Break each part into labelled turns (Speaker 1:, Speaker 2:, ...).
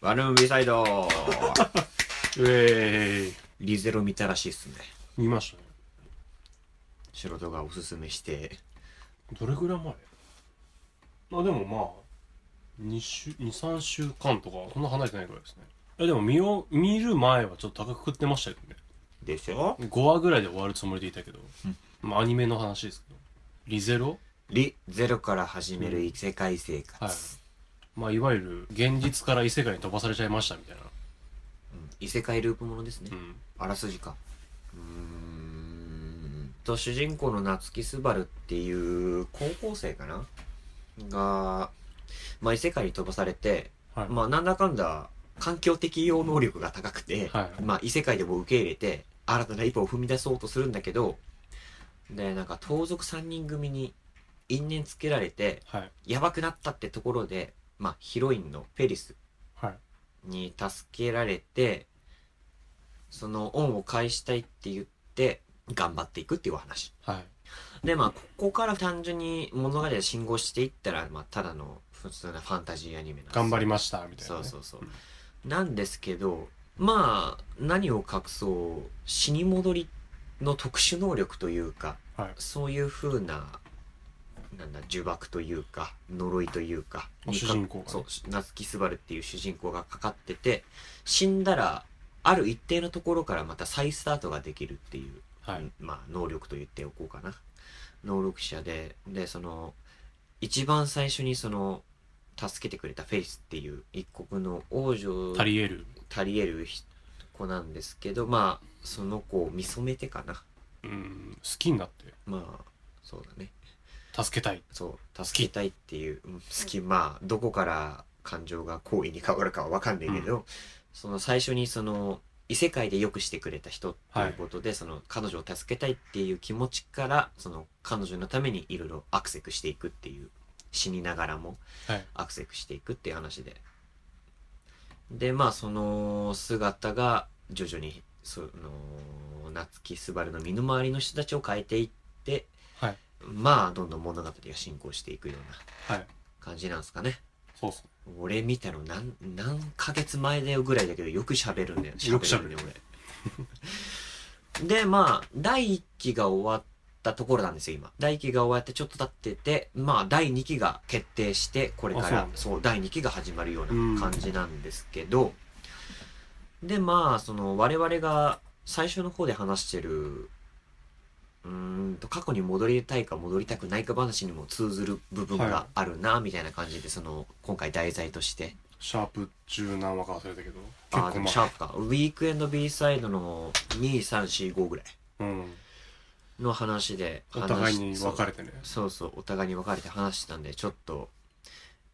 Speaker 1: ワルムビサイド
Speaker 2: ええ
Speaker 1: リゼロ見たらしいっすね。
Speaker 2: 見ましたね
Speaker 1: 素人がおすすめして。
Speaker 2: どれぐらい前まあでもまあ2週23週間とかそんな離れてないぐらいですねえでも見よう見る前はちょっと高く食ってましたけどね
Speaker 1: でしょ
Speaker 2: 5話ぐらいで終わるつもりでいたけど、まあアニメの話ですけどリゼロ
Speaker 1: リゼロから始める異世界生活。
Speaker 2: はいまあいわゆる現実から異世界に飛ばされちゃいましたみたいな
Speaker 1: うん異世界ループものですね。
Speaker 2: うん
Speaker 1: あらすじか。うーんと、主人公の夏木すばるっていう高校生かなが、まあ異世界に飛ばされて、
Speaker 2: はい、
Speaker 1: まあなんだかんだ環境適応能力が高くて、
Speaker 2: はい
Speaker 1: まあ異世界でも受け入れて、新たな一歩を踏み出そうとするんだけど、で、なんか盗賊3人組に因縁つけられて、
Speaker 2: はい
Speaker 1: やばくなったってところで、まあヒロインのペリス
Speaker 2: はい
Speaker 1: に助けられて、その恩を返したいって言って、頑張っていくっていうお話。
Speaker 2: はい
Speaker 1: で、まあ、ここから単純に物語が進行していったら、まあ、ただの普通なファンタジーアニメなんです
Speaker 2: 頑張り
Speaker 1: ま
Speaker 2: ましたみたいな、
Speaker 1: そ
Speaker 2: ね、
Speaker 1: うそうそう。なんですけど、まあ、何を隠そう、死に戻りの特殊能力というか、
Speaker 2: はい
Speaker 1: そういう風な、なんだ、呪縛というか、呪いというか、に
Speaker 2: 主
Speaker 1: か
Speaker 2: 人公が、ね、
Speaker 1: そう、夏木すばるっていう主人公がかかってて、死んだら、ある一定のところからまた再スタートができるっていう、
Speaker 2: はい
Speaker 1: まあ、能力と言っておこうかな。能力者で、で、その、一番最初にその、助けてくれたフェイスっていう一国の王女
Speaker 2: 足りえる
Speaker 1: 足りえる子なんですけど、まあ、その子を見初めてかな。
Speaker 2: うん好きになって
Speaker 1: まあ、そうだね。
Speaker 2: 助けたい
Speaker 1: そう、助けたいっていう、うん好き、まあ、どこから感情が好意に変わるかはわかんないけど、その最初にその、異世界で良くしてくれた人っていうことで、その彼女を助けたいっていう気持ちから、その彼女のためにいろいろアクセクしていくっていう、死にながらも
Speaker 2: はい
Speaker 1: アクセクしていくっていう話で。で、まあ、その姿が徐々に、その、夏木すばるの身の回りの人たちを変えていって、
Speaker 2: はい
Speaker 1: まあ、どんどん物語が進行していくような
Speaker 2: はい
Speaker 1: 感じなんですかね。
Speaker 2: そうっすね
Speaker 1: 俺見たの何、何ヶ月前だよぐらいだけど、よく喋るんだよ。
Speaker 2: よく喋る
Speaker 1: ね、俺。 で、まあ、第1期が終わったところなんですよ、今。第1期が終わってちょっと経ってて、まあ、第2期が決定して、これか
Speaker 2: あ
Speaker 1: ら、
Speaker 2: そ
Speaker 1: そう第2期が始まるような感じなんですけど、で、まあ、その、我々が最初の方で話してる、うーんと過去に戻りたいか戻りたくないか話にも通ずる部分があるな、みたいな感じで、その、今回題材として。
Speaker 2: シャープ十何話か忘れたけど
Speaker 1: あー、でも
Speaker 2: 結
Speaker 1: シャープか。ウィークエンド B サイドの2、3、4、5ぐらい
Speaker 2: 構まあ、うん、
Speaker 1: の話で
Speaker 2: お
Speaker 1: 話し
Speaker 2: 互いに分かれ
Speaker 1: て
Speaker 2: てね
Speaker 1: そうそうそう、お互いに分かれて話してたんで、ちょっと、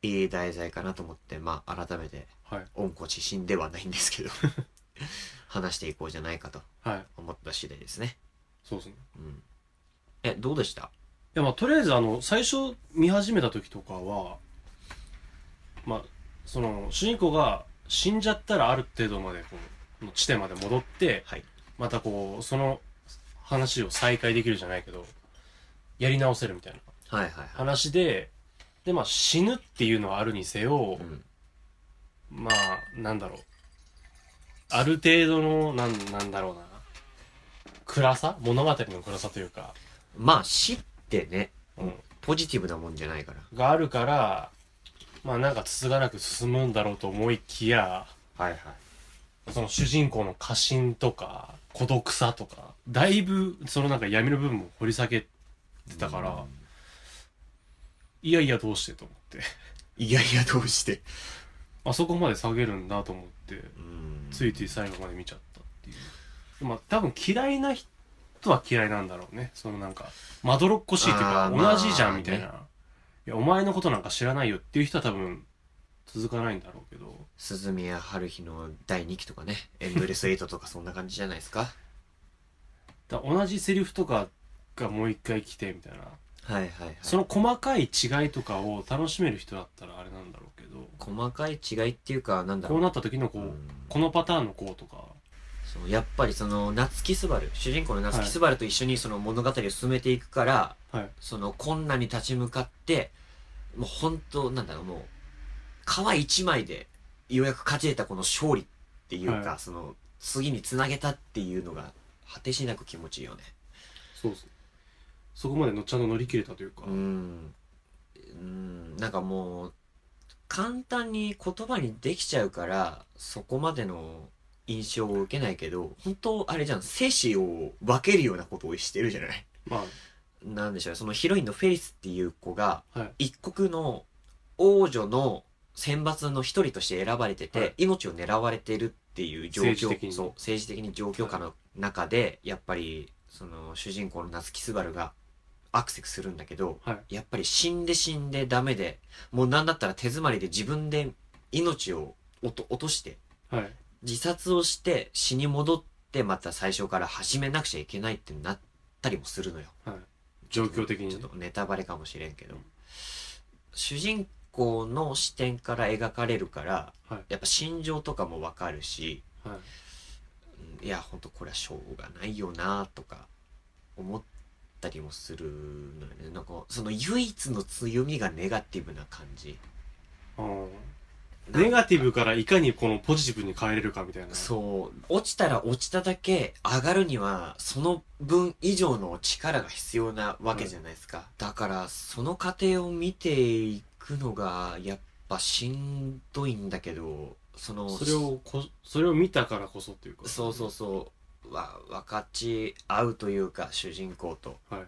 Speaker 1: いい題材かなと思って、まあ、改めて、
Speaker 2: はい
Speaker 1: 温故知新ではないんです けど、話していこうじゃないかと
Speaker 2: はい
Speaker 1: 思った次第ですね。
Speaker 2: そうですね
Speaker 1: うん。え、どうでした
Speaker 2: いやまあとりあえずあの最初見始めた時とかはまあその主人公が死んじゃったらある程度までこうの地点まで戻って
Speaker 1: はい。
Speaker 2: またこうその話を再開できるじゃないけどやり直せるみたいな
Speaker 1: はいはいはい。
Speaker 2: 話ででまあ死ぬっていうのはあるにせよ、
Speaker 1: うん。
Speaker 2: まあ、なんだろう。ある程度の、なん、なんだろうな。暗さ物語の暗さというか、
Speaker 1: まあ、死ってね、
Speaker 2: うん。
Speaker 1: ポジティブなもんじゃないから。
Speaker 2: があるから、まあなんかつつがなく進むんだろうと思いきや、
Speaker 1: はいはい。
Speaker 2: その主人公の過信とか、孤独さとか、だいぶ、そのなんか闇の部分を掘り下げてたから、いやいやどうしてと思って。
Speaker 1: いやいや、どうして。
Speaker 2: あそこまで下げるんだと思って、
Speaker 1: うん
Speaker 2: ついつい最後まで見ちゃったっていうまあ多分嫌いな人は嫌いなんだろうねそのなんかまどろっこしいっていう
Speaker 1: あ
Speaker 2: か
Speaker 1: ーまあ
Speaker 2: 同じじゃんみたいな、
Speaker 1: ね
Speaker 2: いやお前のことなんか知らないよっていう人は多分続かないんだろうけど
Speaker 1: 鈴宮春日の第2期とかね、エンドレスエイトとかそんな感じじゃないですか。
Speaker 2: だから同じセリフとかがもう一回来てみたいな、
Speaker 1: はいはいはい。
Speaker 2: その細かい違いとかを楽しめる人だったらあれなんだろうけど
Speaker 1: 細かい違いっていうか、なんだろ
Speaker 2: こう
Speaker 1: う。
Speaker 2: なった時のこう、
Speaker 1: うん
Speaker 2: このパターンのこうとか
Speaker 1: そうやっぱりその、夏木すばる、主人公の夏木すばると一緒にその物語を進めていくから、
Speaker 2: はい
Speaker 1: その困難に立ち向かって、もう本当なんだろう、もう、皮一枚でようやく勝ち得たこの勝利っていうか、
Speaker 2: は
Speaker 1: その次につなげたっていうのが果てしなく気持ちいいよね
Speaker 2: そうですねそこまでのっちゃんの乗り切れたというか、
Speaker 1: うんうんなんかもう簡単に言葉にできちゃうからそこまでの印象を受けないけど本当あれじゃん生死を分けるようなことをしてるじゃない
Speaker 2: ま
Speaker 1: なんでしょうそのヒロインのフェリスっていう子が
Speaker 2: あはい
Speaker 1: 一国の王女の選抜の一人として選ばれてて、
Speaker 2: はい
Speaker 1: 命を狙われてるっていう状況
Speaker 2: 政治的に
Speaker 1: そう政治的に状況下の中で、やっぱりその主人公の夏木すばるがアクセスするんだけど
Speaker 2: はい
Speaker 1: やっぱり死んで死んでダメでもうなんだったら手詰まりで自分で命を落と落として
Speaker 2: はい
Speaker 1: 自殺をして死に戻ってまた最初から始めなくちゃいけないってなったりもするのよ。
Speaker 2: はい状況的にね
Speaker 1: ちょっとネタバレかもしれんけど、主人公の視点から描かれるから、
Speaker 2: はい
Speaker 1: やっぱ心情とかもわかるし
Speaker 2: はい
Speaker 1: うんいやほんとこれはしょうがないよなとか思ったりもするのよねなんかその唯一の強みがネガティブな感じ
Speaker 2: あーネガティ
Speaker 1: なん
Speaker 2: ブからいかにこのポジティブに変えれるかみたいな
Speaker 1: かそう落ちたら落ちただけ上がるにはその分以上の力が必要なわけじゃないですか、だからその過程を見ていくのがやっぱしんどいんだけどその
Speaker 2: それをこそれを見たからこそっていうか
Speaker 1: そうそうそうわ分かち合うというか主人公と
Speaker 2: はい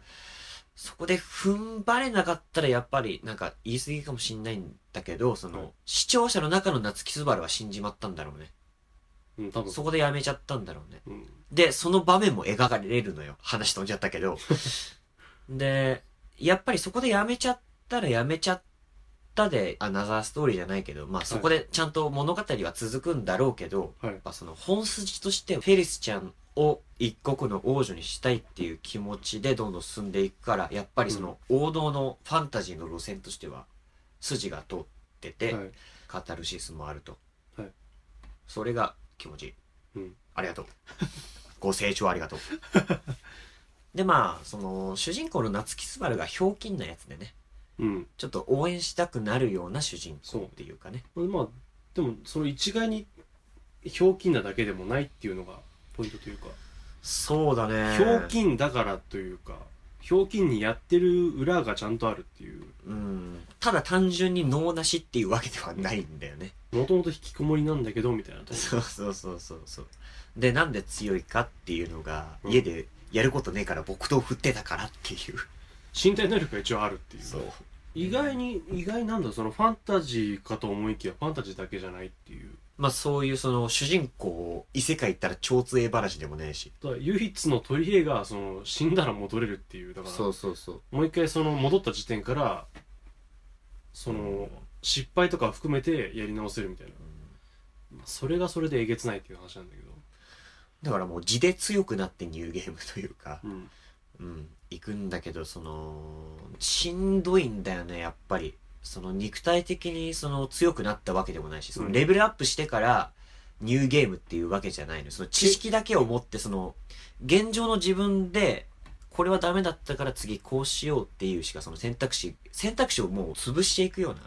Speaker 1: そこで踏ん張れなかったらやっぱりなんか言い過ぎかもしんないんだけどその、
Speaker 2: はい
Speaker 1: 視聴者の中の夏木すばるは死んじまったんだろうね
Speaker 2: うん多分
Speaker 1: そこでやめちゃったんだろうね
Speaker 2: うん
Speaker 1: で、その場面も描かれるのよ。話飛んじゃったけ ど。で、やっぱりそこでやめちゃったらやめちゃったで、アナザーストーリーじゃないけど、まあそこでちゃんと物語は続くんだろうけど、
Speaker 2: は
Speaker 1: や
Speaker 2: い
Speaker 1: っぱその本筋としてフェリスちゃんを一国の王女にしたいっていう気持ちでどんどん進んでいくから、やっぱりその王道のファンタジーの路線としては筋が通ってて、
Speaker 2: はい
Speaker 1: カタルシスもあると。
Speaker 2: はい
Speaker 1: それが気持ちいい。
Speaker 2: うん
Speaker 1: ありがとう。ご清聴あり がとう。で、まあ、その、主人公の夏木すばるがひょうきんなやつでね、
Speaker 2: うん
Speaker 1: ちょっと応援したくなるような主人公っていうかね。
Speaker 2: まあでもその一概にひょうきんなだけでもないっていうのがポイントというか
Speaker 1: そうだね
Speaker 2: ひょうきんだからというかひょうきんにやってる裏がちゃんとあるっていう
Speaker 1: うん。ただ単純に能なしっていうわけではないんだよね。
Speaker 2: もともと引きこもりなんだけどみたいなとこ
Speaker 1: そうそうそうそうそう。で、なんで強いかっていうのが、
Speaker 2: うん
Speaker 1: 家でやることねえから木刀振ってたからっていう。
Speaker 2: 身体能力が一応あるっていう
Speaker 1: そう。
Speaker 2: 意外に意外なんだそのファンタジーかと思いきやファンタジーだけじゃないっていう
Speaker 1: まあそういうその主人公を異世界行ったら超強い話でもねえし。
Speaker 2: だから唯一の取り柄がその死んだら戻れるっていうだから
Speaker 1: うそうそう。
Speaker 2: もう一回その戻った時点からその失敗とかを含めてやり直せるみたいなまあそれがそれでえげつないっていう話なんだけど、
Speaker 1: だからもう地で強くなってニューゲームというか、
Speaker 2: うん、
Speaker 1: うん、行くんだけど、その、しんどいんだよね、やっぱり。その肉体的にその強くなったわけでもないし、そのレベルアップしてからニューゲームっていうわけじゃないの。その知識だけを持って、その、現状の自分で、これはダメだったから次こうしようっていうしか、その選択肢、選択肢をもう潰していくような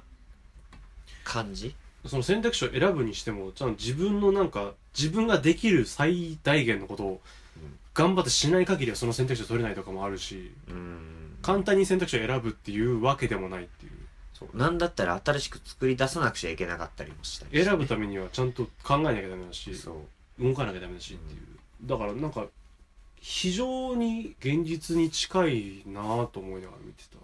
Speaker 1: 感じ
Speaker 2: その選択肢を選ぶにしてもちゃんと自分のなんか自分ができる最大限のことを
Speaker 1: うん
Speaker 2: 頑張ってしない限りはその選択肢を取れないとかもあるし
Speaker 1: うん
Speaker 2: 簡単に選択肢を選ぶっていうわけでもないっていう
Speaker 1: そうなんだったら新しく作り出さなくちゃいけなかったりもしたりして
Speaker 2: 選ぶためにはちゃんと考えなきゃダメだし
Speaker 1: そう
Speaker 2: 動かなきゃダメだしっていう、だからなんか非常に現実に近いなぁと思いながら見てた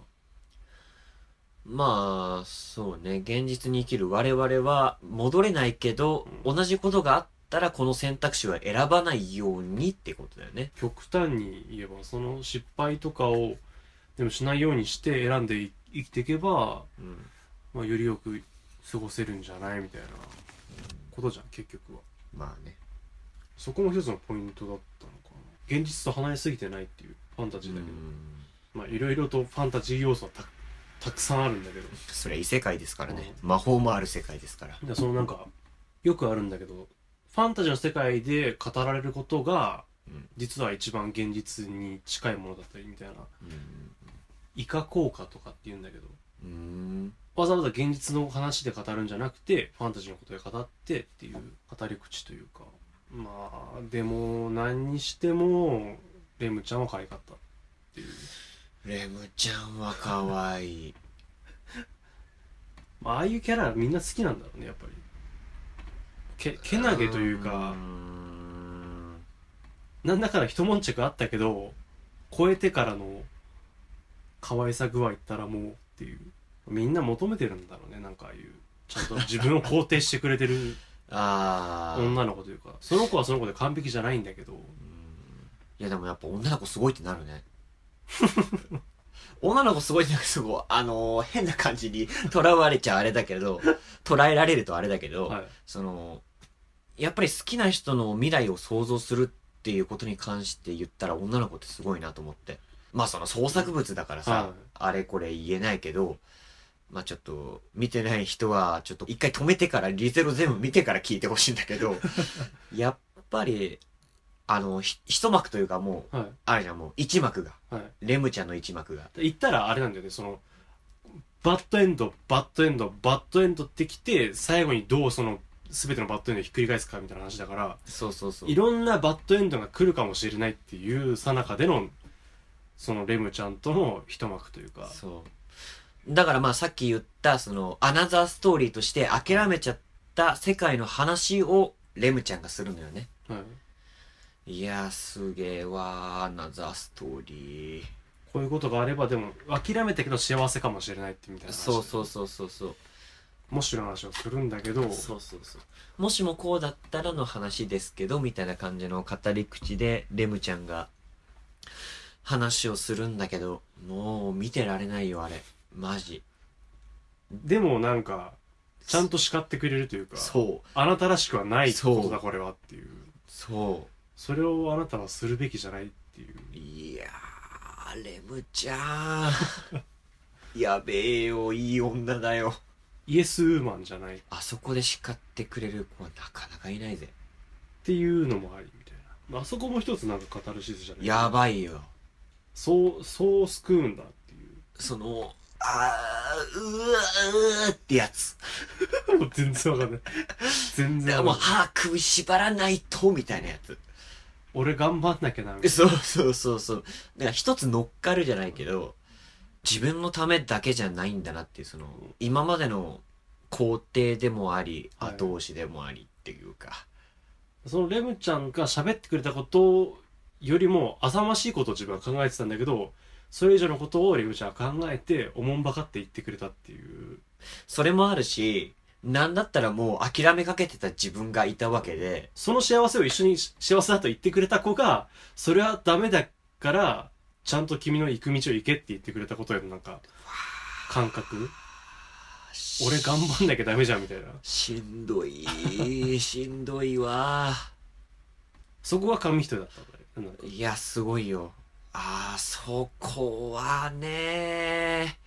Speaker 1: まあそうね現実に生きる我々は戻れないけど、
Speaker 2: う
Speaker 1: 同じことがあったらこの選択肢は選ばないようにってことだよね
Speaker 2: 極端に言えばその失敗とかをでもしないようにして選んでい生きていけば、
Speaker 1: うん
Speaker 2: まあ、よりよく過ごせるんじゃないみたいなことじゃん結局は
Speaker 1: まあね
Speaker 2: そこも一つのポイントだったのかな現実と離れすぎてないっていうファンタジーだけど、まあいろいろとファンタジー要素はたたくさんあるんだけど
Speaker 1: それは異世界ですからね、魔法もある世界ですから
Speaker 2: でそのなんかよくあるんだけどファンタジーの世界で語られることが、
Speaker 1: うん
Speaker 2: 実は一番現実に近いものだったりみたいな以下効果とかって言うんだけど
Speaker 1: うーん
Speaker 2: わざわざ現実の話で語るんじゃなくてファンタジーのことで語ってっていう語り口というかまあでも何にしてもレムちゃんは可愛かったっていう
Speaker 1: レムちゃんは可愛い
Speaker 2: まあああいうキャラみんな好きなんだろうねやっぱりけけなげというか
Speaker 1: ーん
Speaker 2: なんだから一悶着あったけど超えてからの可愛さ具合ったらもうっていうみんな求めてるんだろうねなんかああいうちゃんと自分を肯定してくれてる
Speaker 1: あー
Speaker 2: 女の子というかその子はその子で完璧じゃないんだけど
Speaker 1: うんいやでもやっぱ女の子すごいってなるね 女の子すごいってなんかすごいあのー変な感じにとらわれちゃあれだけど捉えられるとあれだけど、
Speaker 2: はい
Speaker 1: そのやっぱり好きな人の未来を想像するっていうことに関して言ったら女の子ってすごいなと思ってまあその創作物だからさ、
Speaker 2: はい
Speaker 1: あれこれ言えないけどまあちょっと見てない人はちょっと一回止めてからリゼロ全部見てから聞いてほしいんだけ どやっぱりあのひ一幕というかもう
Speaker 2: は
Speaker 1: あれじゃんもう一幕が
Speaker 2: いはい
Speaker 1: レムちゃんの一幕が
Speaker 2: 言ったらあれなんだよねそのバッドエンドバッドエンドバッドエンドってきて最後にどうその全てのバッドエンドをひっくり返すかみたいな話だから
Speaker 1: そうそうそう
Speaker 2: いろんなバッドエンドが来るかもしれないっていうさなかでのそのレムちゃんとの一幕というか
Speaker 1: そうだからまあさっき言ったそのアナザーストーリーとして諦めちゃった世界の話をレムちゃんがするのよね
Speaker 2: はい、
Speaker 1: いやーすげえわーアナザーストーリ
Speaker 2: こういうことがあればでも諦めたけど幸せかもしれないってみたい
Speaker 1: ー
Speaker 2: な話
Speaker 1: そうそうそうそうそう
Speaker 2: もしの話をするんだけど
Speaker 1: そうそうそうもしもこうだったらの話ですけどみたいな感じの語り口でレムちゃんが話をするんだけどもう見てられないよあれマジ
Speaker 2: でもなんかちゃんと叱ってくれるというか
Speaker 1: そう
Speaker 2: あなたらしくはない
Speaker 1: そう
Speaker 2: ことだこれはっていう
Speaker 1: そう
Speaker 2: それをあなたはするべきじゃないっていう
Speaker 1: いやー、レムちゃ ん。やべえよ、いい女だよ。
Speaker 2: イエスウーマンじゃないっ
Speaker 1: あそこで叱ってくれる子はなかなかいないぜ。
Speaker 2: ていうのもありみたいなあそこも一つなんかカタルシスじゃない
Speaker 1: やばいよ。
Speaker 2: そうそう救うんだってい
Speaker 1: その、あー、うわーうーってやつ。
Speaker 2: うもう全然わかんない全然わ
Speaker 1: もう
Speaker 2: かんない
Speaker 1: 歯首縛らないと、みたいなやつ。
Speaker 2: 俺頑張んなきゃなみたい
Speaker 1: そうそうそうそう。だから一つ乗っかるじゃないけど、自分のためだけじゃないんだなっていう、その、今までの肯定でもあり、
Speaker 2: はい
Speaker 1: 後押しでもありっていうか。
Speaker 2: なそのレムちゃんが喋ってくれたことよりも浅ましいことを自分は考えてたんだけどそれ以上のことをレムちゃんは考えておもんばかって言ってくれたっていう
Speaker 1: それもあるし、なんだったらもう諦めかけてた自分がいたわけで、
Speaker 2: その幸せを一緒にし幸せだと言ってくれた子が、それはダメだから、ちゃんと君の行く道を行けって言ってくれたことへのなんか、感覚俺頑張んなきゃダメじゃんみたいな。
Speaker 1: しんどい、しんどいわ。
Speaker 2: そこが紙一重だったんだよなんか。
Speaker 1: いや、すごいよ。あー、そこは ね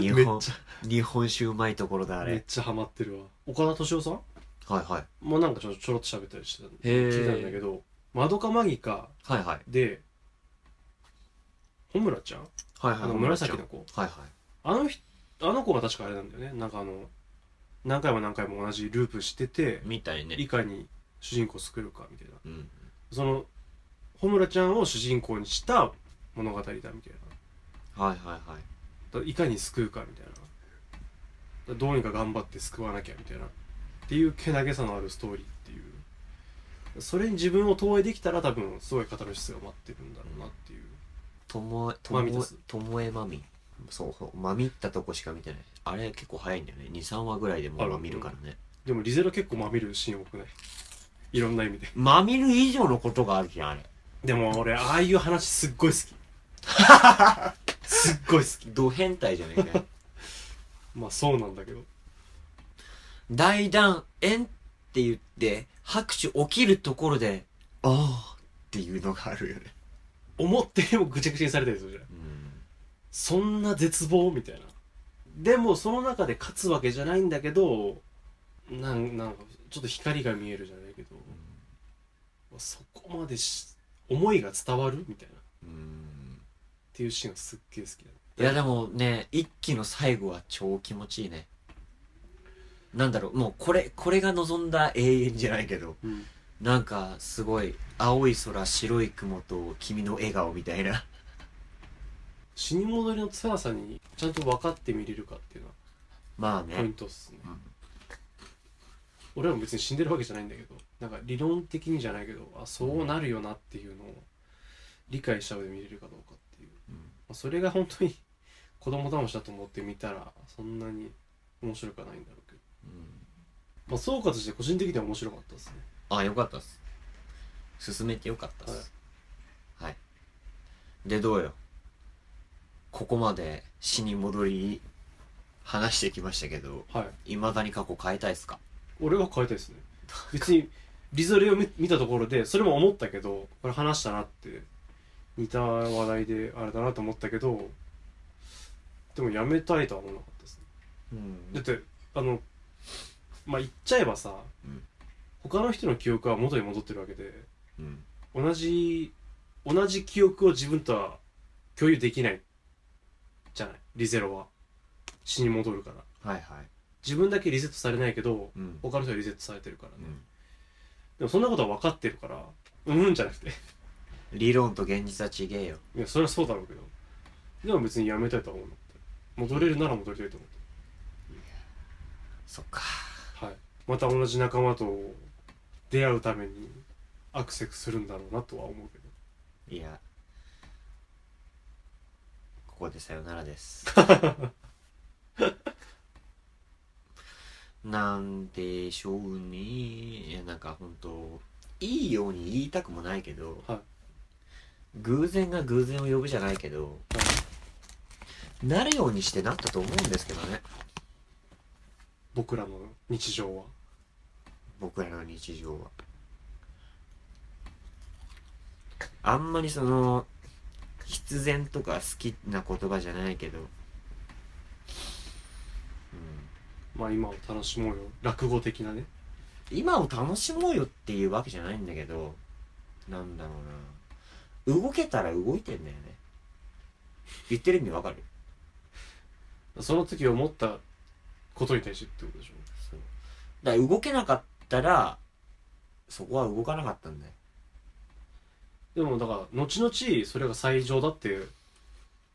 Speaker 1: 日
Speaker 2: めっ
Speaker 1: 本
Speaker 2: ち、
Speaker 1: 日本酒うまいところだ、あ
Speaker 2: めっ
Speaker 1: れ。
Speaker 2: ちゃハマってるわ。岡田敏夫さん
Speaker 1: はいはい。
Speaker 2: もなんかちょちょろっと喋ったりしてたんで、
Speaker 1: へー
Speaker 2: 聞いたんだけど、マドカマギカ
Speaker 1: はいはい。
Speaker 2: で、ホムラちゃん
Speaker 1: はいはい。
Speaker 2: あの紫の。子。
Speaker 1: はいは
Speaker 2: あの人、あの子が確かあれなんだよね。なんかあの、何回も何回も同じループしてて
Speaker 1: い。、みたい
Speaker 2: い
Speaker 1: ね。
Speaker 2: かに主人公を救うかみたいな
Speaker 1: うん。
Speaker 2: その穂村ちゃんを主人公にした物語だみたいな
Speaker 1: はいはいはい。
Speaker 2: だいかに救うかみたいなだどうにか頑張って救わなきゃみたいなっていうけなげさのあるストーリーっていうそれに自分を投影できたら多分すごいカタルシスが待ってるんだろうなっていう
Speaker 1: ともえ、と
Speaker 2: マミ
Speaker 1: も
Speaker 2: で
Speaker 1: え
Speaker 2: す、
Speaker 1: ともえまみ。そうそう。まみったとこしか見てない。あれ結構早いんだよね。2、3話ぐらいでも
Speaker 2: あ
Speaker 1: う
Speaker 2: ら
Speaker 1: まみるからね。
Speaker 2: でもリゼロ結構まみるシーン多くないいろんな意味で
Speaker 1: まみる以上のことがあるじゃん、あれ。
Speaker 2: でも俺ああいう話すっごい好きすっごい好き
Speaker 1: ド変態じゃねえかよ。
Speaker 2: まあそうなんだけど
Speaker 1: 大団円って言って、拍手起きるところで、ああっていうのがあるよね。
Speaker 2: 思ってよりもぐちゃぐちゃにされたりするじゃん
Speaker 1: うん。
Speaker 2: そんな絶望みたいなでもその中で勝つわけじゃないんだけどなんなんかちょっと光が見えるじゃないけど、そこまでし思いが伝わるみたいな
Speaker 1: うん。
Speaker 2: っていうシーンがすっげえ好きだね
Speaker 1: いやでもね一期の最後は超気持ちいいねなんだろうもうこれこれが望んだ永遠じゃないけど
Speaker 2: うん
Speaker 1: なんかすごい青い空白い雲と君の笑顔みたいな
Speaker 2: 死に戻りの辛さにちゃんと分かって見れるかっていうのは
Speaker 1: まあ
Speaker 2: ポイン
Speaker 1: ね
Speaker 2: トっすね、
Speaker 1: うん
Speaker 2: 俺らも別に死んでるわけじゃないんだけどなんか理論的にじゃないけどあそうなるよなっていうのを理解した上で見れるかどうかっていう、
Speaker 1: うん
Speaker 2: まあそれが本当に子供騙しだと思って見たらそんなに面白くはないんだろうけど、
Speaker 1: うん
Speaker 2: まあ、総括して個人的には面白かったですね
Speaker 1: あよかったっす進めてよかったっすはい、でどうよここまで死に戻り話してきましたけど
Speaker 2: はい
Speaker 1: いまだに過去変えたいっすか
Speaker 2: 俺は変えた いですね別にリゾレを見見たところでそれも思ったけどこれ話したなって似た話題であれだなと思ったけどでもやめたいとは思わなかったですね
Speaker 1: うん
Speaker 2: だってあのまあ言っちゃえばさ、
Speaker 1: うん
Speaker 2: 他の人の記憶は元に戻ってるわけで
Speaker 1: うん
Speaker 2: 同じ同じ記憶を自分とは共有できないじゃないリゼロは死に戻るから
Speaker 1: はいはい
Speaker 2: 自分だけリセットされないけど
Speaker 1: うん
Speaker 2: 他の人はリセットされてるからね、
Speaker 1: う
Speaker 2: でもそんなことは分かってるからうんうんじゃなくて
Speaker 1: ん理論と現実は違えよ
Speaker 2: いやそれはそうだろうけどでも別にやめたいとは思うの戻れるなら戻りたいと思
Speaker 1: そっか
Speaker 2: って、はい、また同じ仲間と出会うためにアクセスするんだろうなとは思うけど
Speaker 1: いやここでさよならです なんでしょうねいやなんか本当いいように言いたくもないけど、
Speaker 2: はい
Speaker 1: 偶然が偶然を呼ぶじゃないけど、なるようにしてなったと思うんですけどね
Speaker 2: 僕らの日常は
Speaker 1: 僕らの日常はあんまりその必然とか好きな言葉じゃないけど、うん、
Speaker 2: まあ今を楽しもうよ落語的なね
Speaker 1: 今を楽しもうよっていうわけじゃないんだけどなんだろうな動けたら動いてんだよね言ってる意味わかる
Speaker 2: その時思ったことに対してってことでしょ
Speaker 1: そうだから動けなかったらそこは動かなかったんだよ
Speaker 2: でもだから後々それが最上だって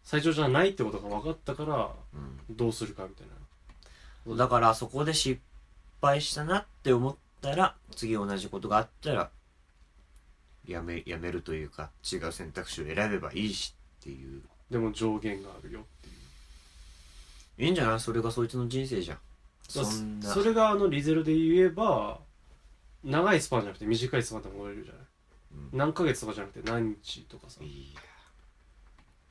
Speaker 2: 最上じゃないってことが分かったから
Speaker 1: うん
Speaker 2: どうするかみたいな
Speaker 1: だからそこで失敗したなって思ったら次同じことがあったらやめやめるというか違う選択肢を選べばいいしっていう
Speaker 2: でも上限があるよっていう
Speaker 1: いいんじゃないそれがそいつの人生じゃんそんな
Speaker 2: それがあのリゼロで言えば長いスパンじゃなくて短いスパンで戻れるじゃない
Speaker 1: うん
Speaker 2: 何ヶ月とかじゃなくて何日とかさ
Speaker 1: い、いや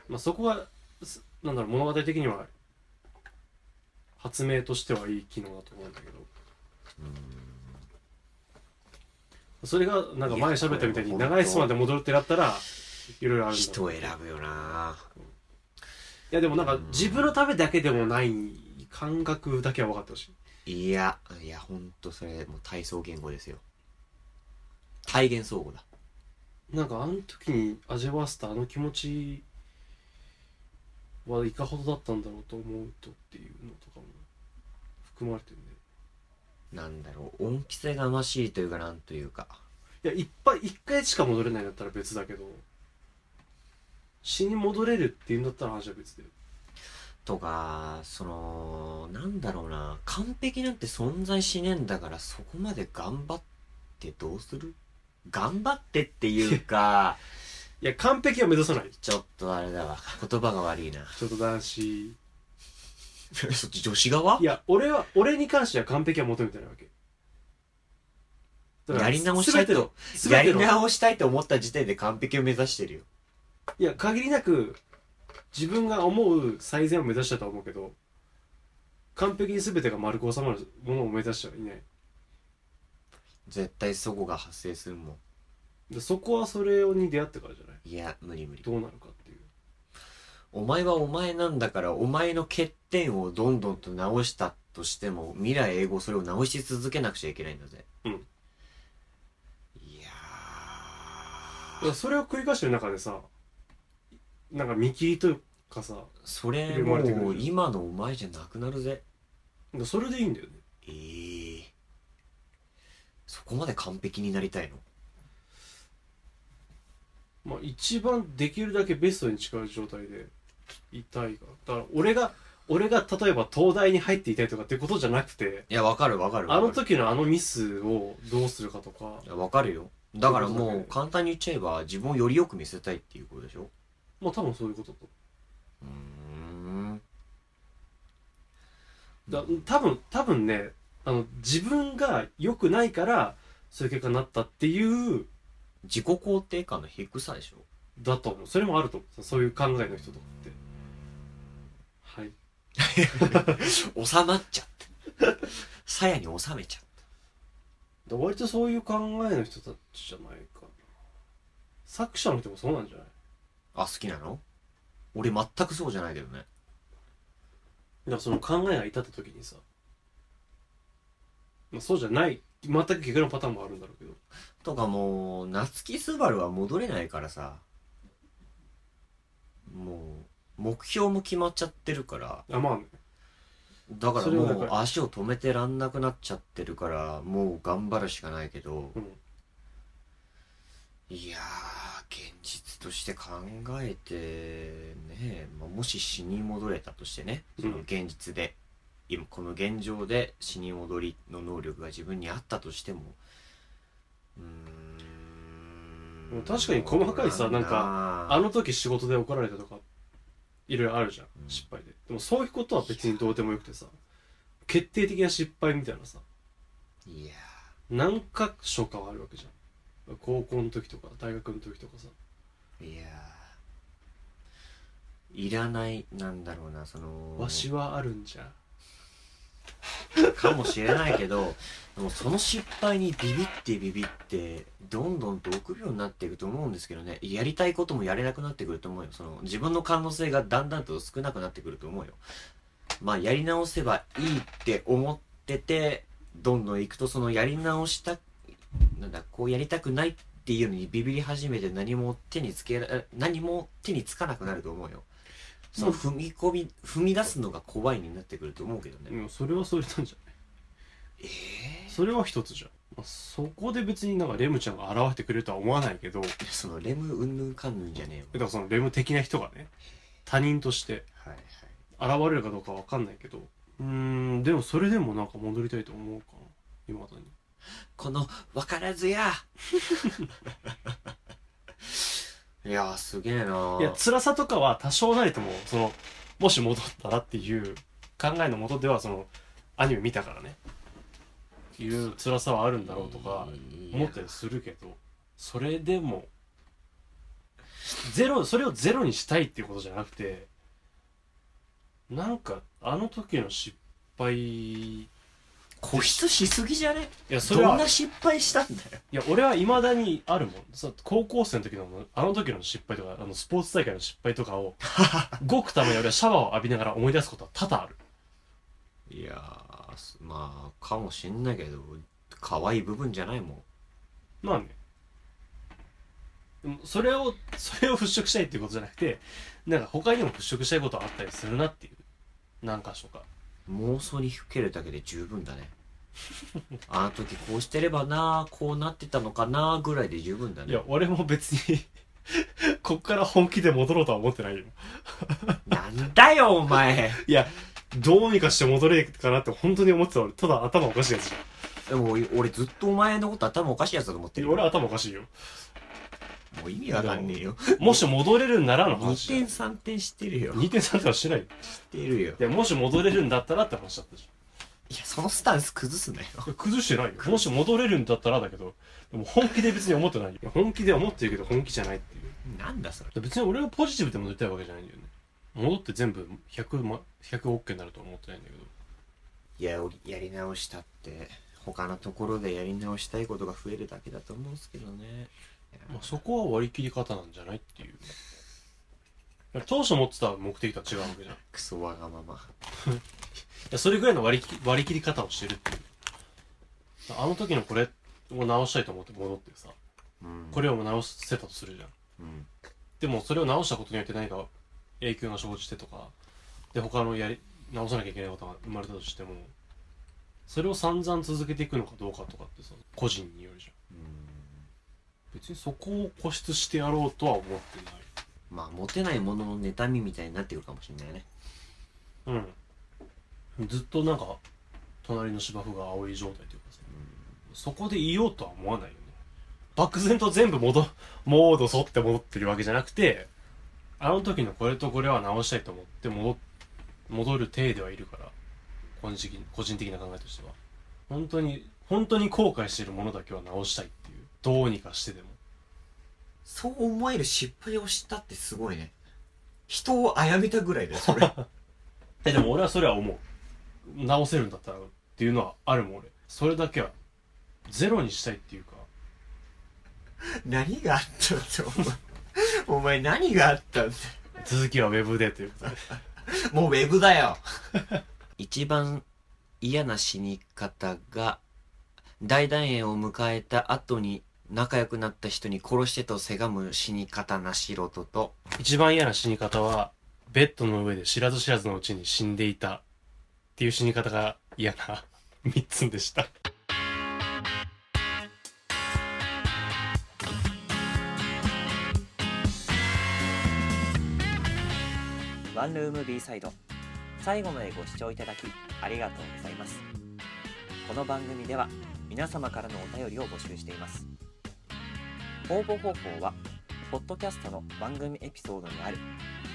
Speaker 2: まあ、そこはすなんだろう物語的には発明としてはいい機能だと思うんだけどそれがなんか前喋ったみたい
Speaker 1: い
Speaker 2: に
Speaker 1: やこれは本当
Speaker 2: 長いスパンで戻るってなったらいろいろあるんだろう
Speaker 1: 人を選ぶよない
Speaker 2: やでもなんか
Speaker 1: うん
Speaker 2: 自分のためだけでもない感覚だけは分かってほしい
Speaker 1: いやいやほんとそれもう体操言語ですよ体言相互だ
Speaker 2: なんかあの時に味わわせたあの気持ちはいかほどだったんだろうと思うとっていうのとかも含まれてるん
Speaker 1: なんだろう恩着せがましいというかなんというか
Speaker 2: でいやいっぱい一回しか戻れないんだったら別だけど死に戻れるっていうんだったら話は別だよ
Speaker 1: とかそのなんだろうな完璧なんて存在しねえんだからそこまで頑張ってどうする頑張ってっていうか
Speaker 2: いや完璧は目指さない
Speaker 1: ちょっとあれだわ言葉が悪 いな
Speaker 2: ちょっと男子
Speaker 1: そっち女子側
Speaker 2: いや俺は俺に関しては完璧は求めてないわけだから
Speaker 1: やり直したいと
Speaker 2: 全
Speaker 1: や
Speaker 2: て
Speaker 1: り
Speaker 2: の
Speaker 1: 直したいと思った時点で完璧を目指してるよ
Speaker 2: いや限りなく自分が思う最善を目指したとは思うけど完璧に全てが丸く収まるものを目指してはいない
Speaker 1: 絶対そこが発生するも
Speaker 2: でそこはそれに出会ってからじゃない
Speaker 1: んいや無理無理
Speaker 2: どうなるかっていう
Speaker 1: お前はお前なんだからお前の欠点をどんどんと直したとしても未来永劫それを直し続けなくちゃいけないんだぜ
Speaker 2: うん
Speaker 1: いや
Speaker 2: だからそれを繰り返してる中でさなんか見切りというかさ
Speaker 1: それ
Speaker 2: 入れ込
Speaker 1: も
Speaker 2: まれてくる
Speaker 1: う今のお前じゃなくなるぜ
Speaker 2: それでいいんだよね
Speaker 1: えー、そこまで完璧になりたいの
Speaker 2: まあ一番できるだけベストに近い状態でいたいがだから俺が俺が例えば東大に入っていたいとかってことじゃなくて
Speaker 1: いやわかるわかる
Speaker 2: あ
Speaker 1: わ
Speaker 2: の
Speaker 1: かる
Speaker 2: 時のあのミスをどうするかとか
Speaker 1: いやわかるよだから
Speaker 2: そういうことだ
Speaker 1: も
Speaker 2: ね
Speaker 1: う簡単に言っちゃえば自分をよりよく見せたいっていうことでしょ
Speaker 2: まあ多分そういうことと
Speaker 1: うーん
Speaker 2: だ多分多分ねあの自分が良くないからそういう結果になったっていう
Speaker 1: 自己肯定感の低さでしょ
Speaker 2: だと思うそれもあると思うそういう考えの人とかってはい
Speaker 1: 収まっちゃって鞘に収めちゃっ
Speaker 2: で割とそういう考えの人たちじゃないかな作者の人もそうなんじゃない
Speaker 1: たあ好きなの俺全くそうじゃないけどね
Speaker 2: だからその考えが至った時にさ、まあ、そうじゃない全く逆のパターンもあるんだろうけど
Speaker 1: とかもう夏木スバルは戻れないからさもう目標も決まっちゃってるから
Speaker 2: あまあね
Speaker 1: だから
Speaker 2: それは
Speaker 1: も
Speaker 2: だか
Speaker 1: う
Speaker 2: ら
Speaker 1: 足を止めてらんなくなっちゃってるからもう頑張るしかないけど
Speaker 2: うん
Speaker 1: いやー現実として考えてね、まあ、もし死に戻れたとしてねその
Speaker 2: うん
Speaker 1: 現実で、今この現状で死に戻りの能力が自分にあったとしてもうーん
Speaker 2: もう確かに細かいさなん
Speaker 1: か
Speaker 2: あの時仕事で怒られたとかいろいろあるじゃん
Speaker 1: うん
Speaker 2: 失敗ででもそういうことは別にどうでもよくてさ決定的な失敗みたいなさ
Speaker 1: いや
Speaker 2: 何か所かはあるわけじゃん高校の時とか大学の時とかさ
Speaker 1: ーいやーいらないなんだろうなその
Speaker 2: わしはあるんじゃ
Speaker 1: かもしれないけどでもその失敗にビビってビビってどんどんと臆病になっていくと思うんですけどねやりたいこともやれなくなってくると思うよその自分の可能性がだんだんと少なくなってくると思うよまあやり直せばいいって思っててどんどん行くとそのやり直したなんだこうやりたくないっていうのにビビり始めて何も手につけら何も手につかなくなると思うよその踏み込み踏み出すのが怖いになってくると思うけどね、
Speaker 2: でもそれはそれなんじゃない
Speaker 1: ええ
Speaker 2: それは一つじゃん、まあ、そこで別になんかレムちゃんが現れてくれるとは思わないけど
Speaker 1: いやそのレムうんぬんかんぬんじゃねえ
Speaker 2: だか
Speaker 1: よ
Speaker 2: らそのレム的な人がね他人として
Speaker 1: はいはい
Speaker 2: 現れるかどうかわかんないけどうーんでもそれでもなんか戻りたいと思うかな今まだに
Speaker 1: この分からずや いやーすげえない
Speaker 2: や辛さとかは多少なりともそのもし戻ったらっていう考えのもとではそのアニメ見たからねいう辛さはあるんだろうとか思ったりするけどそれでもゼロそれをゼロにしたいっていうことじゃなくてなんかあの時の失敗い
Speaker 1: 固執しすぎじゃね
Speaker 2: やそれ
Speaker 1: どん
Speaker 2: は
Speaker 1: な失敗したんだよ
Speaker 2: いや俺はいまだにあるもんそう高校生の時のあの時の失敗とかあのスポーツ大会の失敗とか をごくために俺はシャワーを浴びながら思い出すことは多々ある
Speaker 1: いやーすまあかもしんないけど可愛い部分じゃないもん
Speaker 2: まあねでもそれをそれを払拭したいっていうことじゃなくてなんか他にも払拭したいことはあったりするなっていう何か所か
Speaker 1: 妄想にふけるだけで十分だ ねあの時こうしてればなーこうなってたのかなーぐらいで十分だ
Speaker 2: い
Speaker 1: ね
Speaker 2: や俺も別に こっから本気で戻ろうとは思ってないよ
Speaker 1: なんだよお前
Speaker 2: いやどうにかして戻れるかなって本当に思ってた俺ただ頭おかしいやつじゃ
Speaker 1: でも俺俺ずっとお前のこと頭おかしいやつだと思って
Speaker 2: ん
Speaker 1: る
Speaker 2: 俺は頭おかしいよ
Speaker 1: もう意味わかんねえよ
Speaker 2: もし戻れるんなら
Speaker 1: 2
Speaker 2: の 話だ
Speaker 1: 点3点してるよ
Speaker 2: 2点3点はしないよ
Speaker 1: してるよ
Speaker 2: いやもし戻れるんだったらって話だったじ
Speaker 1: いやそのスタンス崩すなよ
Speaker 2: ゃん崩してないよもし戻れるんだったらだけどでも本気で別に思ってないよ本気では思ってるけど本気じゃないっていう
Speaker 1: なんだそれ
Speaker 2: で別に俺がポジティブで戻りたいわけじゃないんだよね戻って全部100ま 100OK になるとは思ってないんだけど
Speaker 1: いや俺やり直したって他のところでやり直したいことが増えるだけだと思うんですけどねい
Speaker 2: ま
Speaker 1: や
Speaker 2: あ、そこは割り切り方なんじゃないっていう当初持ってた目的とは違うわけじゃんい
Speaker 1: クソわがまま
Speaker 2: やそれぐらいの割り切り割り切り方をしてるっていうあの時のこれを直したいと思って戻ってさ
Speaker 1: うん
Speaker 2: これを直せたとするじゃ
Speaker 1: う
Speaker 2: ん
Speaker 1: ん
Speaker 2: でもそれを直したことによって何か影響が生じてとかで他のやり直さなきゃいけないことが生まれたとしてもそれを散々続けていくのかどうかとかってさ個人によるじゃん別にそこを固執してやろうとは思って
Speaker 1: まあモテないものの妬みみたいになってくるかもしれないね
Speaker 2: ないうんずっとなんか隣の芝生が青い状態というかさそこでいようとは思わないよね漠然と全部戻モード沿って戻ってるわけじゃなくてあの時のこれとこれは直したいと思って戻っ戻る体ではいるから個人的個人的な考えとしては本当に本当に後悔してるものだけは直したいっていうどうにかしてでも
Speaker 1: そう思える失敗をしたってすごいね人を殺めたぐらいだよそれ
Speaker 2: えでも俺はそれは思う直せるんだったらっていうのはあるもん俺それだけはゼロにしたいっていうか
Speaker 1: 何があったんだお前お前何があったんだ
Speaker 2: 続きはウェブでということで
Speaker 1: もうウェブだよ 一番嫌な死に方が大団円を迎えた後に仲良くなった人に殺してとせがむ死に方なしろとと
Speaker 2: 一番嫌な死に方はベッドの上で知らず知らずのうちに死んでいたっていう死に方が嫌な 3つでした
Speaker 1: ワンルーム B サイド最後までご視聴いただきありがとうございますこの番組では皆様からのお便りを募集しています応募方法はポッドキャストの番組エピソードにある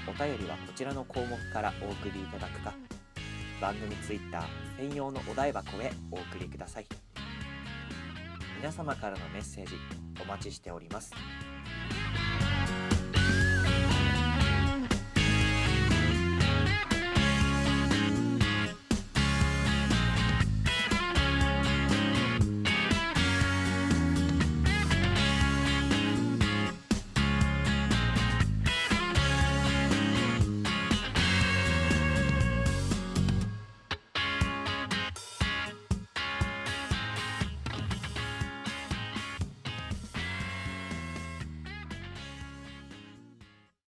Speaker 1: お便りはこちらの項目からお送りいただくか番組ツイッター専用のお題箱へお送りください皆様からのメッセージお待ちしております